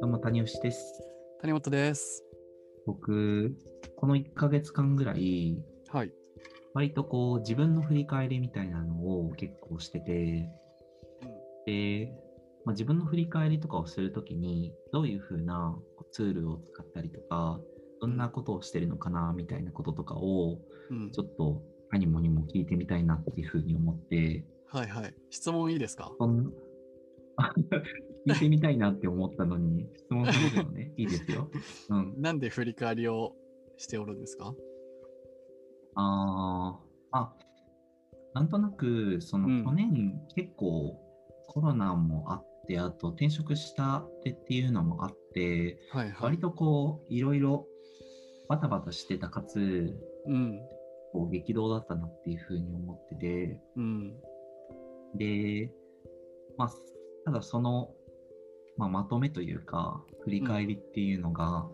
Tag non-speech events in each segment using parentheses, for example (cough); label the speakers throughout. Speaker 1: どうも谷吉です。
Speaker 2: 谷本です。
Speaker 1: 僕、この1ヶ月間ぐらい、
Speaker 2: はい。
Speaker 1: 割とこう自分の振り返りみたいなのを結構してて、で、まあ、自分の振り返りとかをするときに、どういうふうなツールを使ったりとか、どんなことをしてるのかなみたいなこととかを、
Speaker 2: うん。
Speaker 1: ちょっと兄もにも聞いてみたいなっていうふうに思って、
Speaker 2: はいはい。質問いいですか
Speaker 1: そん (laughs) 聞いてみたいなって思ったのに、質問するのね、いいですよ。うん。
Speaker 2: なんで振り返りをしておるんですか
Speaker 1: あーあ、なんとなく、その
Speaker 2: うん
Speaker 1: 去年、結構コロナもあって、あと転職したってっていうのもあって、
Speaker 2: はいはい
Speaker 1: 割。とこう、いろいろバタバタしてた、かつ、
Speaker 2: うん。
Speaker 1: こう激動だったなっていうふうに思ってて、
Speaker 2: うん。
Speaker 1: で、まあ、ただその、まあ、まとめというか、振り返りっていうのが、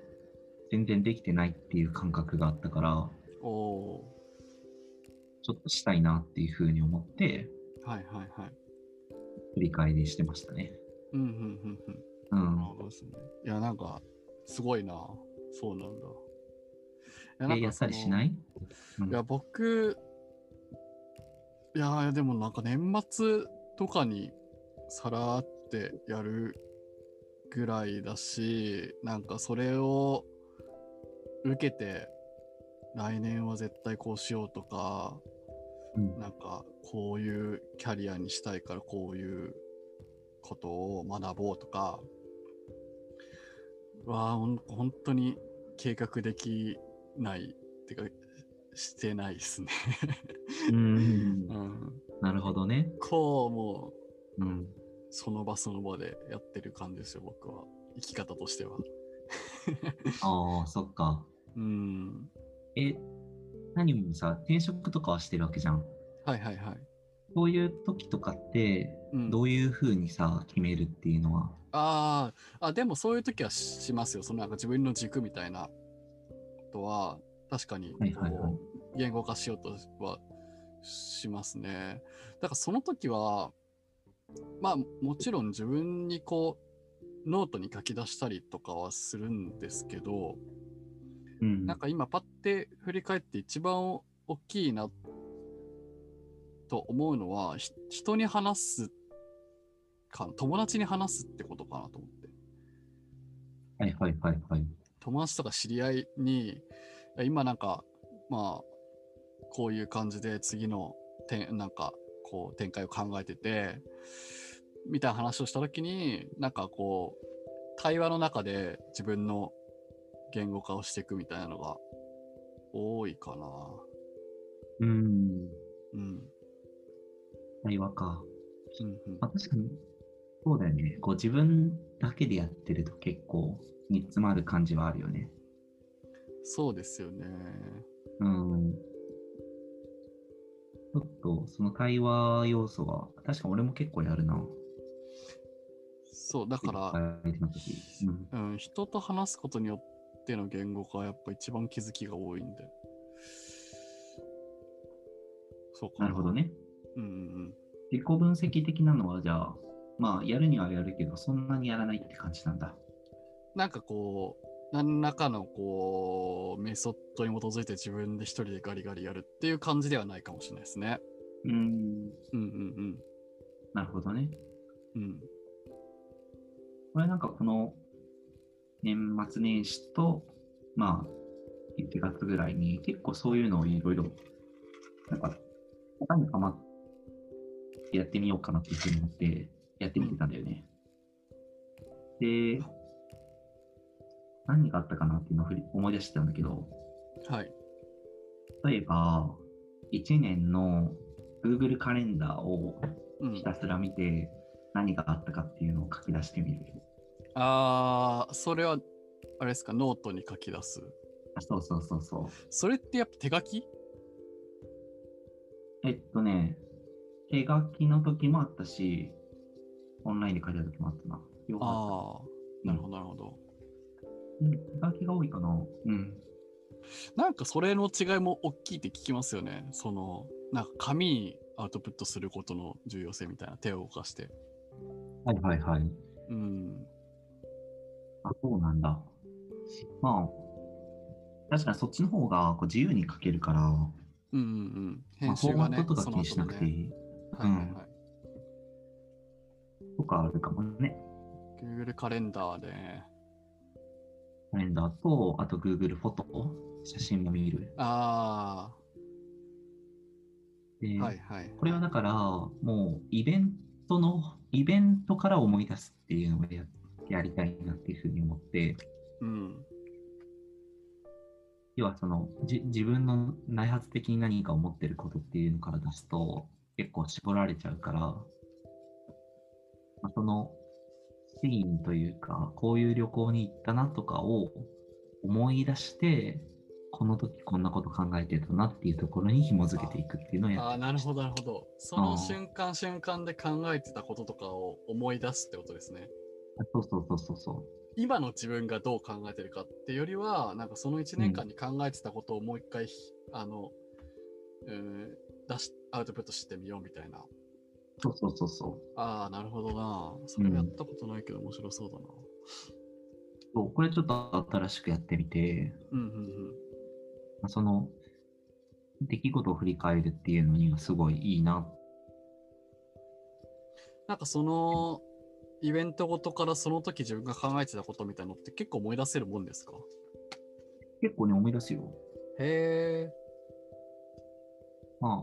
Speaker 1: 全然できてないっていう感覚があったから、
Speaker 2: おお
Speaker 1: ちょっとしたいなっていうふうに思って、
Speaker 2: ー。はいはいはい。
Speaker 1: 振り返りしてましたね。
Speaker 2: うんうんうんうん。
Speaker 1: う
Speaker 2: なんる。ほどですね。いや、なんか、すごいな。そうなんだ。いなん
Speaker 1: え、
Speaker 2: か
Speaker 1: やったりしないいうん
Speaker 2: いや、僕、いやー、でもなんか年末とかにさらってやるぐらいだし、なんかそれを受けて、来年は絶対こうしようとか、
Speaker 1: うん
Speaker 2: なんかこういうキャリアにしたいからこういうことを学ぼうとかはほん本当に計画できないってかしてないですね、
Speaker 1: うん
Speaker 2: う。ん、
Speaker 1: なるほどね。
Speaker 2: こうも
Speaker 1: うん。
Speaker 2: うその場その場でやってる感じですよ僕は生き方としては
Speaker 1: ああ、そっか。
Speaker 2: うん
Speaker 1: え、何もさ、転職とかはしてるわけじゃん。
Speaker 2: はいはいはい、
Speaker 1: そういう時とかって、
Speaker 2: うん、
Speaker 1: どういうふうにさ、決めるっていうのは。
Speaker 2: あーあ、でもそういう時はしますよ。そのなんか自分の軸みたいなことは、確かに
Speaker 1: はいはいはい
Speaker 2: こう言語化しようとはしますね。だからその時は、まあもちろん自分にこう、ノートに書き出したりとかはするんですけど、
Speaker 1: うん
Speaker 2: なんか今パッて振り返って一番大きいなと思うのは、ひ人に話すか、友達に話すってことかなと思って。
Speaker 1: はいはいはいはい。
Speaker 2: 友達とか知り合いにいや今なんかまあこういう感じで次の展なんかこう展開を考えててみたいな話をした時になんかこう対話の中で自分の言語化をしていくみたいなのが多いかな
Speaker 1: うん。
Speaker 2: うん
Speaker 1: 対話か。
Speaker 2: うんうん
Speaker 1: まあ、確かに、そうだよね。こう自分だけでやってると結構煮詰まる感じはあるよね。
Speaker 2: そうですよね
Speaker 1: うん。ちょっと、その対話要素は、確か俺も結構やるな。
Speaker 2: そうだから、
Speaker 1: いっぱい相手の時うん
Speaker 2: うん、人と話すことによっての言語化はやっぱ一番気づきが多いんで。そうか
Speaker 1: なるほど。ね。
Speaker 2: うんうん
Speaker 1: 自己分析的なのは、じゃあ、まあ、やるにはやるけど、そんなにやらないって感じなんだ。
Speaker 2: うん。なんかこう、何らかのこう、メソッドに基づいて自分で一人でガリガリやるっていう感じではないかもしれないですね。
Speaker 1: うん。
Speaker 2: うんうん
Speaker 1: なるほどね。
Speaker 2: うん。うん。
Speaker 1: これなんかこの、年末年始と、まあ、1月ぐらいに、結構そういうのをいろいろ、なんか、型にはまってやってみようかなっていうふうに思って、やってみてたんだよね。で、何があったかなっていうのをふり思い出してたんだけど、
Speaker 2: はい。
Speaker 1: 例えば、1年の Google カレンダーを
Speaker 2: うん
Speaker 1: ひ、たすら見て、何があったかっていうのを書き出してみる。
Speaker 2: あー、それは、あれですか、ノートに書き出す。
Speaker 1: あそうそうそうそう。
Speaker 2: それってやっぱ手書き
Speaker 1: えっとね、手書きの時もあったし、オンラインで書いた時もあったな。よかっ
Speaker 2: あー、なるほどなるほど。
Speaker 1: たうん手書きが多いかな。うん。
Speaker 2: なんかそれの違いも大きいって聞きますよね。その、なんか紙にアウトプットすることの重要性みたいな手を動かして。
Speaker 1: はいはいはい。
Speaker 2: うん。
Speaker 1: あ、そうなんだ。まあ、確かにそっちの方がこう自由に書けるから、ま
Speaker 2: うんうんうん。
Speaker 1: あ
Speaker 2: 編
Speaker 1: フォ
Speaker 2: 集
Speaker 1: ー
Speaker 2: が
Speaker 1: マ
Speaker 2: ね、
Speaker 1: ットと
Speaker 2: そ
Speaker 1: か気
Speaker 2: の
Speaker 1: にし
Speaker 2: 後
Speaker 1: な
Speaker 2: も
Speaker 1: くてい
Speaker 2: ね。
Speaker 1: い
Speaker 2: はいはいはい。
Speaker 1: とかあるかもね。
Speaker 2: Google カレンダーで、
Speaker 1: カレンダーと、あと Google フォト、写真も見る。
Speaker 2: あ
Speaker 1: で
Speaker 2: あ、はいはい。
Speaker 1: これはだから、もうイベントの、イベントから思い出すっていうのをややりたいなっていうふうに思って、
Speaker 2: うん。
Speaker 1: 要はそのじ自分の内発的に何か思ってることっていうのから出すと結構絞られちゃうから、まあ、そのシーンというかこういう旅行に行ったなとかを思い出してこの時こんなこと考えてたなっていうところに紐づけていくっていうのをや
Speaker 2: あ
Speaker 1: っ
Speaker 2: あ、なるほど、なるほど。その瞬間瞬間で考えてたこととかを思い出すってことですね。
Speaker 1: そうそうそうそうそう
Speaker 2: 今の自分がどう考えてるかってよりは、なんかその1年間に考えてたことをもう一回ひ、あの、うん、出し、アウトプットしてみようみたいな。
Speaker 1: そうそうそうそう
Speaker 2: ああ、なるほどな。それもやったことないけど面白そうだな。
Speaker 1: そうこれちょっと新しくやってみて
Speaker 2: うんうん
Speaker 1: まあその出来事を振り返るっていうのにはすごいいいな
Speaker 2: なんかそのイベントごとからその時自分が考えてたことみたいなのって結構思い出せるもんですか
Speaker 1: 結構ね思い出すよ
Speaker 2: へえ。
Speaker 1: まあ、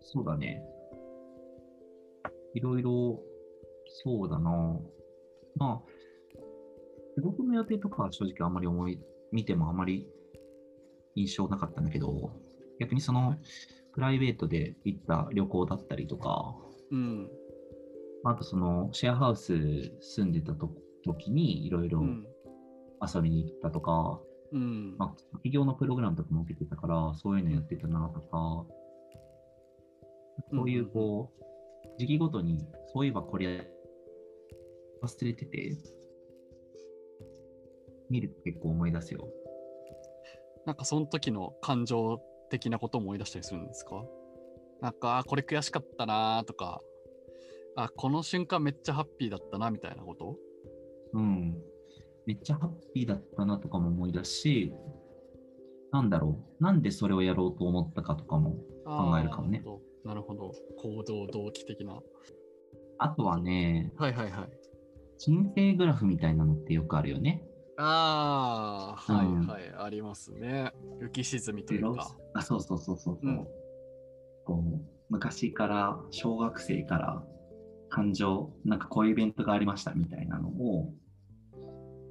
Speaker 1: そうだね。いろいろ、そうだな。まあ、仕事の予定とかは正直あんまり思い、見てもあまり印象なかったんだけど、逆にその、プライベートで行った旅行だったりとか、
Speaker 2: うん。
Speaker 1: あとその、シェアハウス住んでたと時にいろいうろ
Speaker 2: ん。
Speaker 1: 遊びに行ったとか、
Speaker 2: うん。
Speaker 1: まあ、企業のプログラムとかも受けてたから、そういうのやってたなとか、そういうこう、時期ごとに、そういえばこれ忘れてて、見ると結構思い出すよ。
Speaker 2: なんかその時の感情的なことを思い出したりするんですかなんか、あこれ悔しかったなーとか、あこの瞬間めっちゃハッピーだったなみたいなこと
Speaker 1: うん。めっちゃハッピーだったなとかも思い出すし、なんだろう、なんでそれをやろうと思ったかとかも。
Speaker 2: あー
Speaker 1: 考えるかもね。
Speaker 2: なるほど。なるほど行動動機的な。は
Speaker 1: あとはね、
Speaker 2: いはいはい。
Speaker 1: 人生グラフみたいなのってよくあるよね。
Speaker 2: ああ、はい
Speaker 1: うん
Speaker 2: はい、ありますね。浮き沈みというか。
Speaker 1: あ、そうそうそうそうそう、
Speaker 2: うん
Speaker 1: こう。昔から、小学生から、感情、なんかこういうイベントがありましたみたいなのを、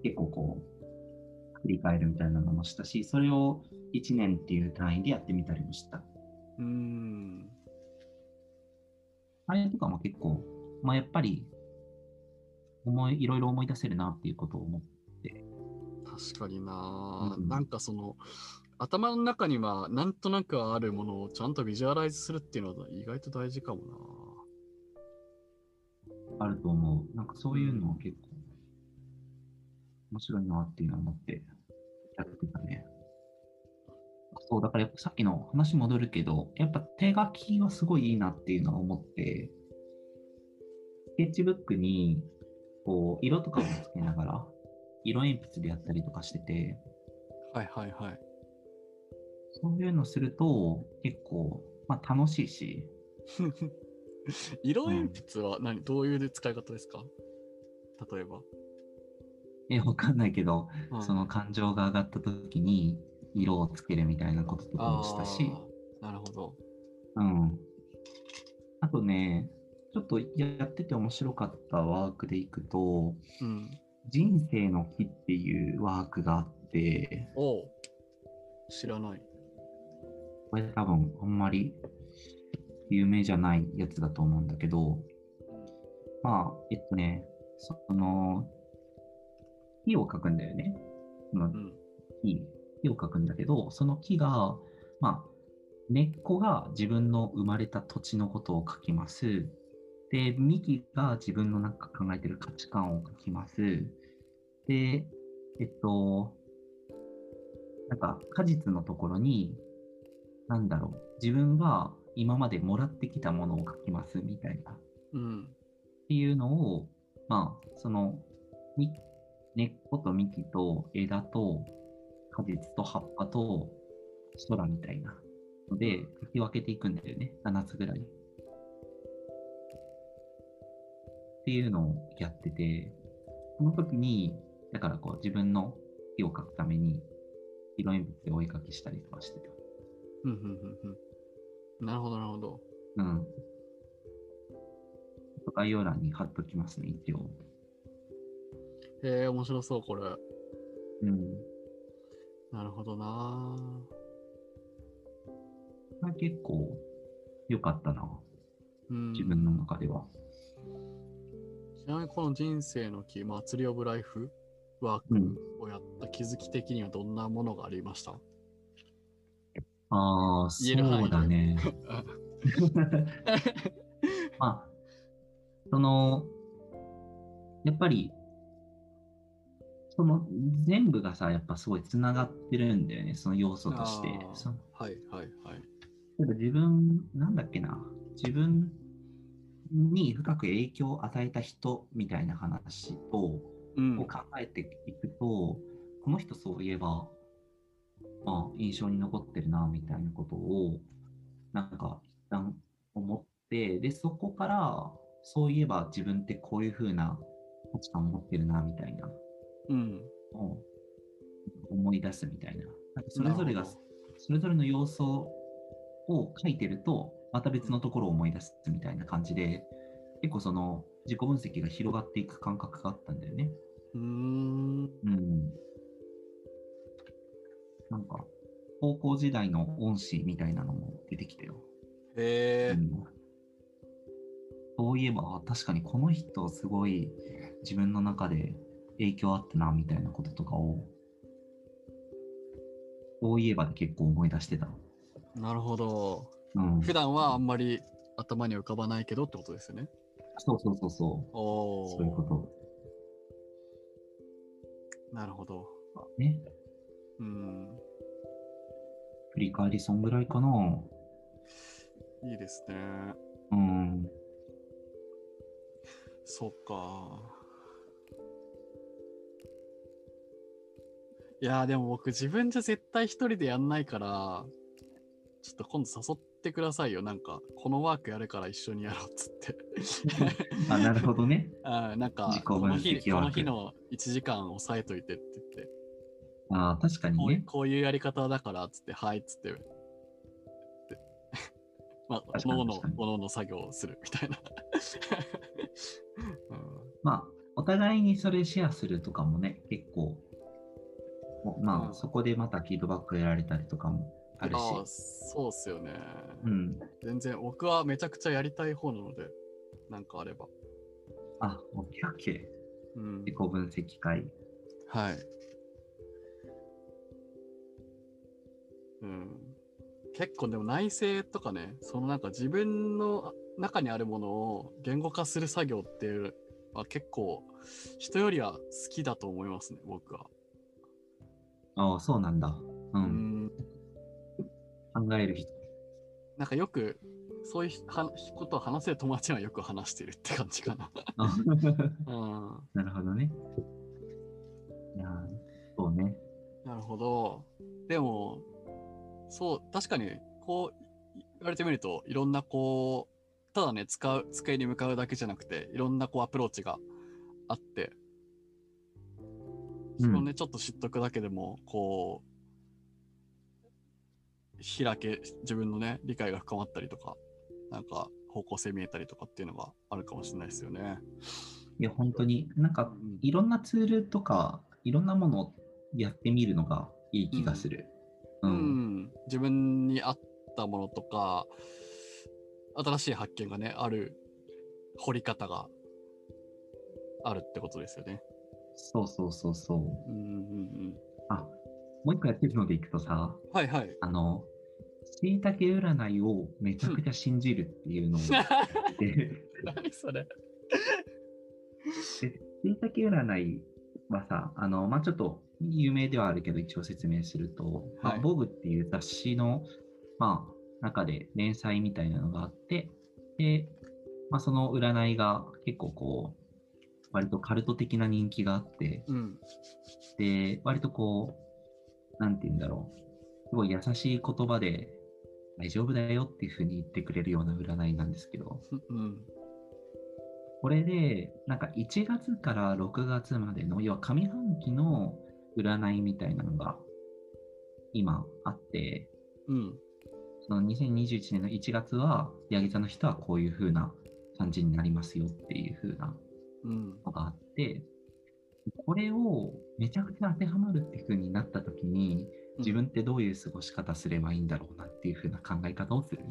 Speaker 1: 結構こう、振り返るみたいなのもしたし、それを1年っていう単位でやってみたりもした。
Speaker 2: うーん。
Speaker 1: あれとかも結構、まあやっぱり、思い、いろいろ思い出せるなっていうことを思って。
Speaker 2: 確かにな、
Speaker 1: うん
Speaker 2: なんかその、頭の中にはなんとなくあるものをちゃんとビジュアライズするっていうのは意外と大事かもな
Speaker 1: あると思う。なんかそういうのは結構面白いなっていうのを思ってやってたね。そう、だからやっぱさっきの話戻るけど、やっぱ手書きはすごいいいなっていうのは思って、スケッチブックにこう色とかをつけながら、色鉛筆でやったりとかしてて、
Speaker 2: はいはいはい。
Speaker 1: そういうのすると結構、まあ、楽しいし、
Speaker 2: 色鉛筆は何、どういう使い方ですか例えば。
Speaker 1: え、わかんないけど、
Speaker 2: うん
Speaker 1: その感情が上がった時に色をつけるみたいなこととかもしたし、
Speaker 2: あーなるほど。
Speaker 1: うん。あとね、ちょっとやってて面白かったワークでいくと、
Speaker 2: うん。
Speaker 1: 人生の木っていうワークがあって、
Speaker 2: おう知らない。
Speaker 1: これ多分あんまり有名じゃないやつだと思うんだけど、まあ、えっとね、その、木を描くんだよね。その
Speaker 2: うん。
Speaker 1: 木木を描くんだけどその木が、まあ、根っこが自分の生まれた土地のことを描きますで幹が自分のなんか考えてる価値観を描きますでえっとなんか果実のところになんだろう自分が今までもらってきたものを書きますみたいな。
Speaker 2: うん。
Speaker 1: っていうのを、まあ、その、み根っこと幹と枝と果実と葉っぱと空みたいなので、書き分けていくんだよね、7つぐらい。っていうのをやってて、その時に、だからこう自分の絵を描くために、色鉛筆でお絵描きしたりとかして
Speaker 2: うんうんうんうん。なるほど、なるほど。
Speaker 1: た。うん。概要欄に貼っときますね、一応。
Speaker 2: へえ、面白そう、これ。
Speaker 1: うん。
Speaker 2: なるほどな
Speaker 1: これ結構良かったな、
Speaker 2: うん。
Speaker 1: 自分の中では。
Speaker 2: ちなみにこの人生の木、祭りオブライフワー
Speaker 1: うん
Speaker 2: クをやった気づき的にはどんなものがありました、
Speaker 1: ああ、
Speaker 2: 言える範
Speaker 1: そ
Speaker 2: 囲
Speaker 1: うだ
Speaker 2: (laughs)
Speaker 1: ね。まあ、その、やっぱり、その全部がさ、やっぱすごいつながってるんだよね、その要素として
Speaker 2: あ。ー
Speaker 1: その
Speaker 2: はいはいはい。
Speaker 1: なんか自分、なんだっけな、自分に深く影響を与えた人みたいな話と、
Speaker 2: うん。
Speaker 1: を考えていくと、この人そういえば、まあ、印象に残ってるなみたいなことをなんか一旦思ってでそこからそういえば自分ってこういう風な価値観を持ってるなみたいな
Speaker 2: うん。
Speaker 1: のを思い出すみたいななんかそれぞれが
Speaker 2: なるほ
Speaker 1: それぞれの要素を書いてるとまた別のところを思い出すみたいな感じで結構その自己分析が広がっていく感覚があったんだよね。
Speaker 2: うーん。
Speaker 1: うんなんか、高校時代の恩師みたいなのも出てきたよ。
Speaker 2: へえ、
Speaker 1: うんそういえば、確かにこの人、すごい自分の中で影響あったな、みたいなこととかを、そういえばで結構思い出してた。
Speaker 2: なるほど。
Speaker 1: うん。
Speaker 2: 普段はあんまり頭に浮かばないけどってことですよね。
Speaker 1: そうそうそうそ
Speaker 2: お
Speaker 1: う。
Speaker 2: お。
Speaker 1: そういうこと。
Speaker 2: なるほど。
Speaker 1: ね。
Speaker 2: うん。
Speaker 1: 振り返り、そんぐらいかな。
Speaker 2: いいですね。
Speaker 1: うん。
Speaker 2: そっか。いやーでも僕自分じゃ絶対一人でやんないから、ちょっと今度誘ってくださいよ。なんか、このワークやるから一緒にやろうっつって。
Speaker 1: (laughs) あ、なるほどね。
Speaker 2: あなんか
Speaker 1: 自己、分
Speaker 2: この日、
Speaker 1: 析
Speaker 2: こ
Speaker 1: ワーク
Speaker 2: の日の1時間押さえといてって言って、
Speaker 1: あー確かに
Speaker 2: こう
Speaker 1: ね。
Speaker 2: こういうやり方だからっつって、はいっつって。で (laughs) まあ、
Speaker 1: 確
Speaker 2: お
Speaker 1: かに
Speaker 2: のおの
Speaker 1: 確かに、
Speaker 2: おのおの作業をする
Speaker 1: (laughs)
Speaker 2: みたいな。
Speaker 1: まあ、お互いにそれシェアするとかもね、結構、もうま
Speaker 2: う
Speaker 1: あ、
Speaker 2: ん
Speaker 1: そこでまたフィードバック得られたりとかもあるし、
Speaker 2: あそうっすよね。
Speaker 1: うん。
Speaker 2: 全然僕はめちゃくちゃやりたい方なので、なんかあれば。
Speaker 1: あ、オッケーオッケー。
Speaker 2: うん
Speaker 1: 自己、分析会。
Speaker 2: はい。うん、結構でも内省とかね、そのなんか自分の中にあるものを言語化する作業っていうのは結構人よりは好きだと思いますね、僕は。
Speaker 1: ああ、そうなんだ。う。
Speaker 2: うんん
Speaker 1: 考える人。
Speaker 2: なんかよくそういうひはことを話せる友達はよく話してるって感じ (laughs) かな。
Speaker 1: あ
Speaker 2: うん
Speaker 1: なるほどね。いやーそうね。
Speaker 2: なるほど。でも、そう、確かに、こう、い言われてみると、いろんなこう、ただね、使う、机に向かうだけじゃなくて、いろんなこうアプローチがあって、
Speaker 1: うん
Speaker 2: それをね、ちょっと知っとくだけでも、こう、開け、自分のね、理解が深まったりとか、なんか、方向性見えたりとかっていうのがあるかもしれないですよね。
Speaker 1: いや、本当に、なんか、いろんなツールとか、いろんなものをやってみるのがいい気がする。う。
Speaker 2: うんん、自分に合ったものとか、新しい発見がね、ある、掘り方があるってことですよね。
Speaker 1: そうそうそうそう。
Speaker 2: うんうんうん。
Speaker 1: あ、もう一個やってるのでいくとさ、
Speaker 2: はいはい。
Speaker 1: あの、しいたけ占いをめちゃくちゃ信じるっていうのをやってて、
Speaker 2: (laughs) 何それ。
Speaker 1: しいたけ占いはさ、あの、まあ、ちょっと有名ではあるけど、一応説明すると、まあ
Speaker 2: はい
Speaker 1: ボブっていう雑誌の、まあ、中で連載みたいなのがあって、で、まあ、その占いが結構こう、割とカルト的な人気があって、
Speaker 2: うん。
Speaker 1: で、割とこう、なんて言うんだろう、すごい優しい言葉で、大丈夫だよっていうふうに言ってくれるような占いなんですけど、
Speaker 2: うん。
Speaker 1: これで、なんか1月から6月までの、要は上半期の占いみたいなのが今あって、
Speaker 2: うん。
Speaker 1: その2021年の1月は、ヤギ座の人はこういう風な感じになりますよっていう風な
Speaker 2: うん。
Speaker 1: のがあって、これをめちゃくちゃ当てはまるっていう風になった時に、自分ってどういう過ごし方すればいいんだろうなっていう風な考え方をする。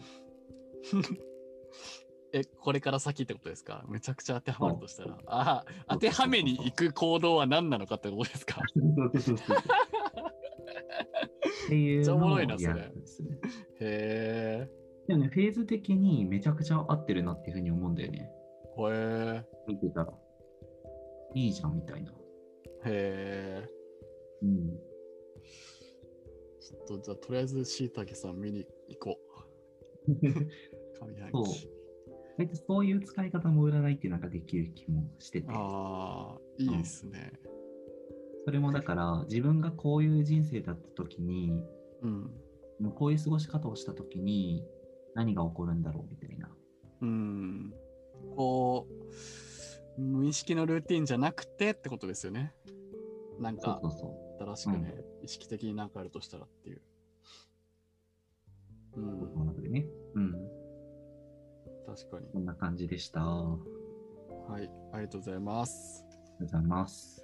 Speaker 2: え、これから先ってことですかめちゃくちゃ当てはまるとしたら。ああ、当てはめに行く行動は何なのかってことですか
Speaker 1: っていうのをやるんですね。
Speaker 2: (laughs) へえ。
Speaker 1: でもね、フェーズ的にめちゃくちゃ合ってるなっていうふうに思うんだよね。
Speaker 2: ほえ。
Speaker 1: 見てたら。いいじゃんみたいな。
Speaker 2: へえ。
Speaker 1: うん。
Speaker 2: ちょっと、じゃあ、とりあえず、しいたけさん見に行こ
Speaker 1: (laughs)
Speaker 2: う。上半期
Speaker 1: そう割とそういう使い方も占いってなんかできる気もしてて、
Speaker 2: ああ、いいですね。
Speaker 1: それもだから自分がこういう人生だった時に、
Speaker 2: うん。
Speaker 1: こういう過ごし方をした時に何が起こるんだろうみたいな。
Speaker 2: うん。こう、無意識のルーティンじゃなくてってことですよね。なん
Speaker 1: そう
Speaker 2: か
Speaker 1: そ、うそ
Speaker 2: 新しくね、意識的になんかやるとしたらっていう。う
Speaker 1: う。僕
Speaker 2: ん、
Speaker 1: の中でね。うん。
Speaker 2: 確かに。
Speaker 1: こんな感じでした。ありがと
Speaker 2: はい、ありがとうございます。
Speaker 1: うございます。